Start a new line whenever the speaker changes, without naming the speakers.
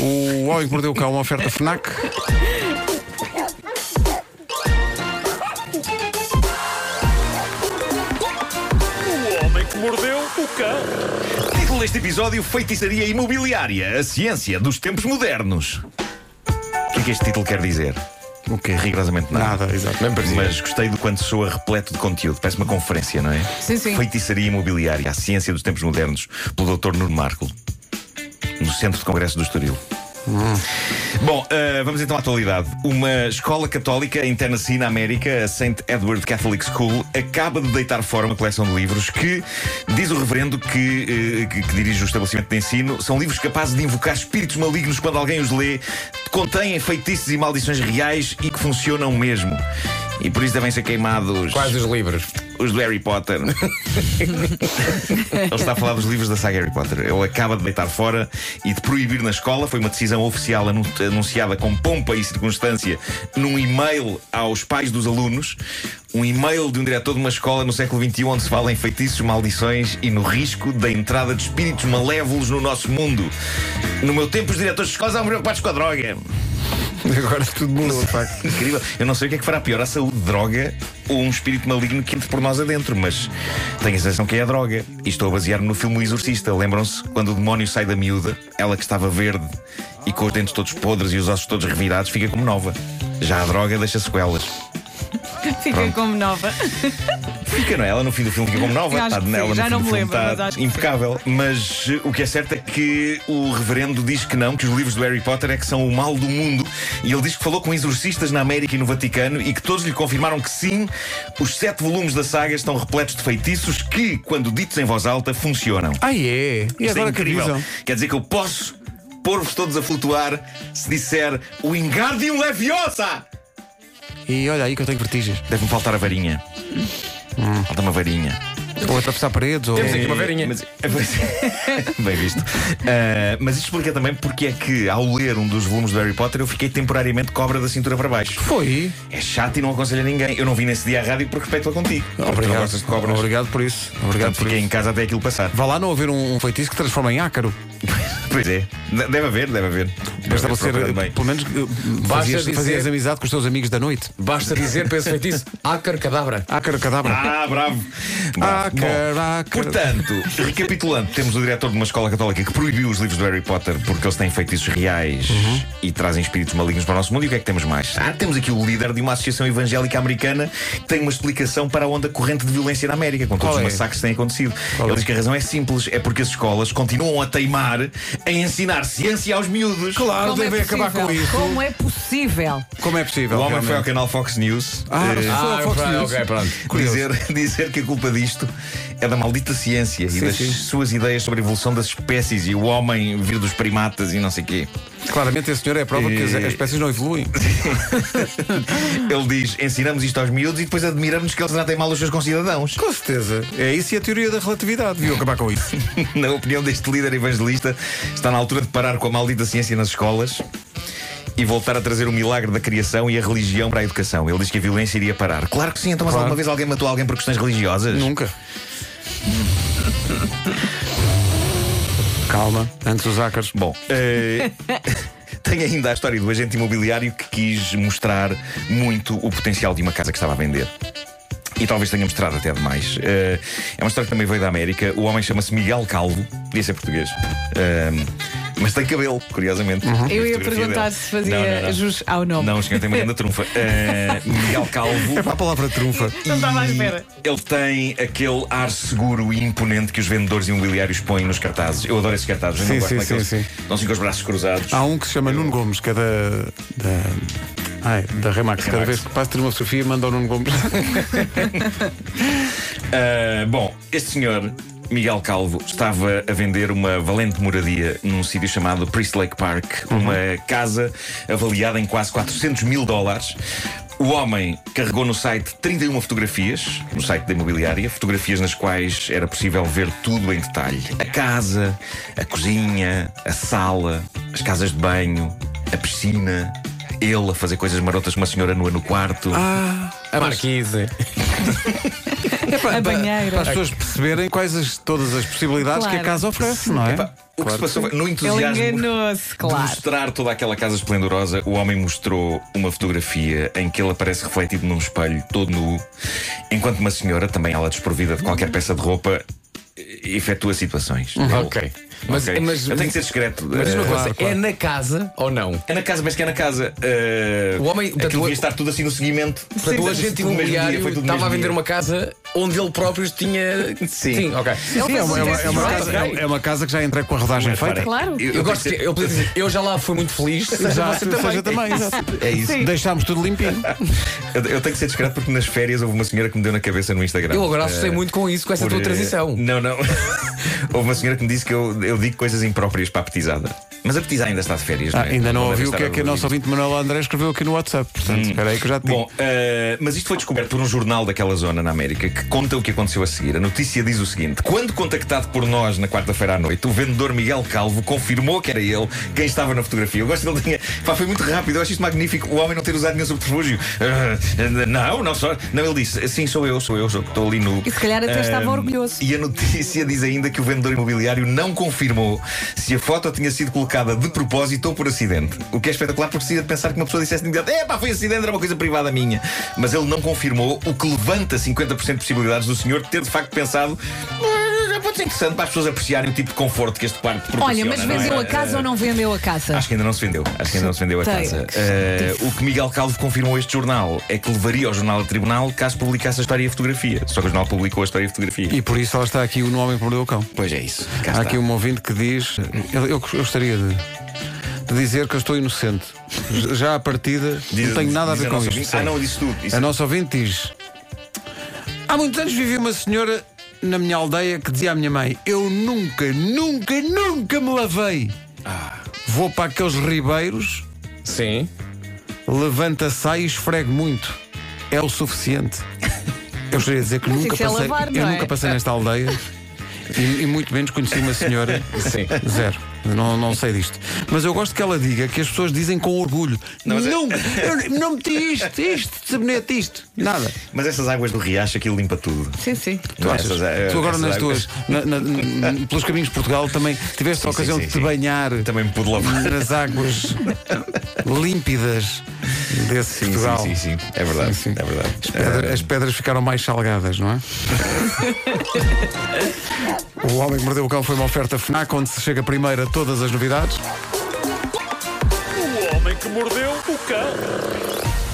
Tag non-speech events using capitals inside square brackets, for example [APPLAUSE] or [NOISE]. O Homem que Mordeu o Cão, é uma oferta FNAC.
O homem que mordeu o cão.
Título deste episódio: Feitiçaria Imobiliária, a ciência dos tempos modernos. O que é que este título quer dizer?
O quê?
Rigorosamente nada.
Nada, exato.
Mas gostei do quanto soa repleto de conteúdo. Parece uma conferência, não é?
Sim, sim.
Feitiçaria Imobiliária, a ciência dos tempos modernos, pelo Dr. Nuno Marco, no Centro de Congresso do Estoril. Bom, eh, vamos então à atualidade. Uma escola católica em Tennessee, na América, a St. Edward Catholic School, acaba de deitar fora uma coleção de livros que, diz o reverendo que, eh, que, que dirige o estabelecimento de ensino, são livros capazes de invocar espíritos malignos quando alguém os lê, contêm feitiços e maldições reais e que funcionam mesmo. E por isso devem ser queimados
Quais os livros?
os do Harry Potter. Ele está a falar dos livros da saga Harry Potter. Ele acaba de deitar fora e de proibir na escola. Foi uma decisão oficial anu- anunciada com pompa e circunstância num e-mail aos pais dos alunos. Um e-mail de um diretor de uma escola no século XXI onde se fala em feitiços, maldições e no risco da entrada de espíritos malévolos no nosso mundo. No meu tempo, os diretores de escolas estavam preocupados com a droga.
Agora tudo mudou, de facto.
Incrível. Eu não sei o que é que fará pior: a saúde, droga ou um espírito maligno que entre por nós adentro, mas tenho a sensação que é a droga. E estou a basear-me no filme O Exorcista. Lembram-se quando o demónio sai da miúda, ela que estava verde e com os dentes todos podres e os ossos todos revirados, fica como nova. Já a droga deixa sequelas.
[LAUGHS] Fica como nova.
Fica, não é? Ela no fim do filme fica como nova.
[LAUGHS] Eu acho
Está
que sim.
nela, no
Já
fim
não
do
me
filme
lembro,
está
mas acho que sim.
impecável. Mas eh, o que é certo é que o reverendo diz que não, que os livros do Harry Potter é que são o mal do mundo. E ele diz que falou com exorcistas na América e no Vaticano e que todos lhe confirmaram que sim, os sete volumes da saga estão repletos de feitiços que, quando ditos em voz alta, funcionam.
Ah, é? E
Isto é
agora que
incrível.
avisam?
Quer dizer que eu posso pôr-vos todos a flutuar se disser o Wingardium Leviosa!
E olha aí que eu tenho vertigens.
Deve-me faltar a varinha.
Hum.
Falta uma varinha.
Ou atravessar paredes, ou.
Temos aqui uma
Eh,
varinha.
mas- [LAUGHS] pois- [LAUGHS] Bem visto. Ah, mas isto explica também porque é que, ao ler um dos volumes do Harry Potter, eu fiquei temporariamente cobra da cintura para baixo.
Foi.
É chato e não aconselho a ninguém. Eu não vim nesse dia à rádio porque respeito a contigo. Porque tu não gostas de cobras.
Obrigado por isso. Obrigado
Portanto,
por
fiquei
isso.
em casa até aquilo passar.
Vá lá não haver um, um feitiço que transforma em ácaro.
Pois é. De- Deve haver, deve haver.
Mas
Deve
para
haver,
ser,
procurando bem.
pelo menos, eh, fazias,
dizer-
fazias amizade com os teus amigos da noite.
Basta dizer para esse feitiço Ácar Cadabra.
Ácaro cadabra.
Ah, bravo!
Ah,
Bom,
caraca.
Portanto, recapitulando, temos o diretor de uma escola católica que proibiu os livros do Harry Potter porque eles têm feitiços reais e trazem espíritos malignos para o nosso mundo. E o que é que temos mais? Uhum. Ah, temos aqui o líder de uma associação evangélica americana que tem uma explicação para a onda corrente de violência na América, com todos
Qual
os
é?
massacres que têm acontecido.
Qual
Ele
é?
diz que a razão é simples: é porque as escolas continuam a teimar em ensinar ciência aos miúdos.
Claro,
Como é
devem acabar
possível?
com isso.
Como é possível?
Como é
O
possível?
homem foi ao
realmente?
canal Fox News.
Ah,
eh,
Foi a Fox
ok,
News.
ok, pronto.
Curioso.
Dizer, [LAUGHS] dizer que a culpa disto é da maldita ciência
Sim,
e das
sim.
suas ideias sobre a evolução das espécies e o homem vir dos primatas e não sei quê.
Claramente, esse senhor é a prova que as,
Eh,
as espécies não evoluem.
Ele diz: ensinamos isto aos miúdos e depois admiramos que eles tratem mal os seus concidadãos. [LAUGHS]
Com certeza. É isso e a teoria da relatividade. Viu acabar com isso.
Na opinião deste líder evangelista, está na altura de parar com a maldita ciência nas escolas. E voltar a trazer o milagre da criação e a religião para a educação. Ele diz que a violência iria parar. Claro que sim, então, mas
Claro.
alguma vez alguém matou alguém por questões religiosas?
Nunca. Calma, antes dos ácaros.
Bom, eh, [LAUGHS] tem ainda a história do agente imobiliário que quis mostrar muito o potencial de uma casa que estava a vender. E talvez tenha mostrado até demais. Eh, é uma história que também veio da América. O homem chama-se Miguel Calvo, podia ser português. Ehm, mas tem cabelo, curiosamente. Tem a
Uhum. Eu ia
fotografia
perguntar
dele.
se fazia
Não, não, não.
jus ao nome.
Não, o senhor tem uma grande trunfa. Eh,
[LAUGHS]
Miguel Calvo.
É para a palavra trunfa.
Não estava à espera.
Ele tem aquele ar seguro e imponente que os vendedores imobiliários põem nos cartazes. Eu adoro esses cartazes. eu
Sim,
não gosto
sim,
daqueles.
sim, sim.
Não ficam os braços cruzados.
Há um que se chama Nuno Gomes, que é da. da, ai, da Remax. Cada
Remax.
vez que passa ter uma Sofia, manda o Nuno Gomes.
Ah, bom, este senhor. Miguel Calvo estava a vender uma valente moradia num sítio chamado Priest Lake Park, uma casa avaliada em quase 400 mil dólares. O homem carregou no site 31 fotografias, no site da imobiliária, fotografias nas quais era possível ver tudo em detalhe: a casa, a cozinha, a sala, as casas de banho, a piscina, ele a fazer coisas marotas com uma senhora nua no quarto.
A Marquise.
É para,
A banheira.
É para as pessoas perceberem quais as, todas as possibilidades
Claro.
que a casa oferece, não é?
Pá, O que se passou foi, no entusiasmo
Ele enganou-se,
de
claro.
mostrar toda aquela casa esplendorosa, o homem mostrou uma fotografia em que ele aparece refletido num espelho, todo nu, enquanto uma senhora, também ela desprovida de qualquer peça de roupa, eh, efetua situações. Ele-
Uhum. Ok. Mas,
Ok.
mas,
Eu tenho que ser discreto.
mas diz uma
Eh,
coisa, é na casa ou não?
É na casa, mas que é na casa. eh,
O homem- portanto,
aquilo
o-
devia estar tudo assim no seguimento.
Portanto, o
Tudo
agente
no mesmo dia,
imobiliário
foi tudo no
estava
mesmo
a vender
dia.
uma casa onde ele próprio tinha.
Sim.
ok.
Sim, é uma, é uma- é uma
Ok.
casa, é- é uma casa que já entra com a rodagem feita.
Claro.
Eu,
Eu
eu
Eu
tenho
gosto
que
que
ser-
ele podia dizer, eu já lá fui muito feliz, seja
Exato,
você também.
seja também, exato.
É isso.
Deixámos tudo limpinho.
Eu, eu tenho que ser discreto porque nas férias houve uma senhora que me deu na cabeça no Instagram.
Eu agora assustei
Eh,
muito com isso, com
é
essa
por,
tua
eh,
transição.
Não, não. [LAUGHS] Houve uma senhora que me disse que eu, eu digo coisas impróprias para a petizada. Mas a petizada ainda está de férias.
Ah,
não é?
ainda não
deve
ouviu o
estar
que é
a
que a nossa
ouvir.
ouvinte Manuela André escreveu aqui no WhatsApp. Portanto, espera aí que eu já te digo.
Bom, eh, mas isto foi descoberto por um jornal daquela zona na América que conta o que aconteceu a seguir. A notícia diz o seguinte: quando contactado por nós na quarta-feira à noite, o vendedor Miguel Calvo confirmou que era ele quem estava na fotografia. Eu gosto dele tinha. Pá, foi muito rápido, eu acho isto magnífico. O homem não ter usado nenhum subterfúgio. Ah, ah, não, não só. Não, ele disse: sim, sou eu, sou eu, sou eu que estou ali no. Ah,
E se calhar até estava orgulhoso.
E a notícia diz ainda que o vendedor imobiliário não confirmou se a foto tinha sido colocada de propósito ou por acidente. O que é espetacular porque seria de pensar que uma pessoa dissesse de imediato: é pá, foi acidente, era uma coisa privada minha. Mas ele não confirmou, o que levanta 50% de possibilidades do senhor de ter de facto pensado. "Ah, já Pode ser interessante para as pessoas apreciarem o tipo de conforto que este quarto proporciona.
Olha, mas
não é?"
vendeu a casa ou não vendeu a casa?
Acho que ainda não se vendeu. Acho que ainda não se vendeu a
Tem.
casa. Eh, o que Miguel Calvo confirmou a este jornal é que levaria ao jornal a tribunal caso publicasse a história e a fotografia. Só que o jornal publicou a história e a fotografia.
E por isso ela está aqui no Homem que Mordeu o Cão.
Pois é isso.
Há aqui um ouvinte que diz: Eu, eu gostaria de, de dizer que eu estou inocente. J- Já à partida, não tenho nada a ver com isto.
Ah, não, disse tudo. Isso-
A nossa ouvinte diz: Há muitos anos vivi uma senhora na minha aldeia que dizia à minha mãe: Eu nunca, nunca, nunca me lavei.
Ah.
Vou para aqueles ribeiros,
Sim.
levanta, sai e esfrego muito. É o
[LAUGHS]
suficiente. Eu gostaria de dizer que
Mas
nunca
isso é
passei,
lavar, não
eu
é?
nunca passei nesta aldeia e, e muito menos conheci uma
[LAUGHS]
senhora.
Sim.
Zero. Não, não sei disto. Mas eu gosto que ela diga que as pessoas dizem com orgulho:
Não, mas é-
Nunca, eu não meti isto, isto, de sabonete, isto, nada.
Mas essas águas do riacho, aquilo limpa tudo.
Sim, sim.
é- Tu,
Não,
achas?
essas, eh,
Tu agora
essas
nas
águas-
tuas, na- na- n- pelos caminhos de Portugal, também tiveste a
Sim,
ocasião
sim,
de te
sim, sim.
banhar
Também me pude lavar.
nas
[LAUGHS]
águas límpidas desse
Sim,
Portugal.
sim, sim, sim. É verdade.
Sim, sim.
É verdade.
As pedra- as pedras ficaram mais salgadas, não é? o Homem que Mordeu o Cão foi uma oferta FNAC, onde se chega primeiro a todas as novidades.
O homem que mordeu o cão.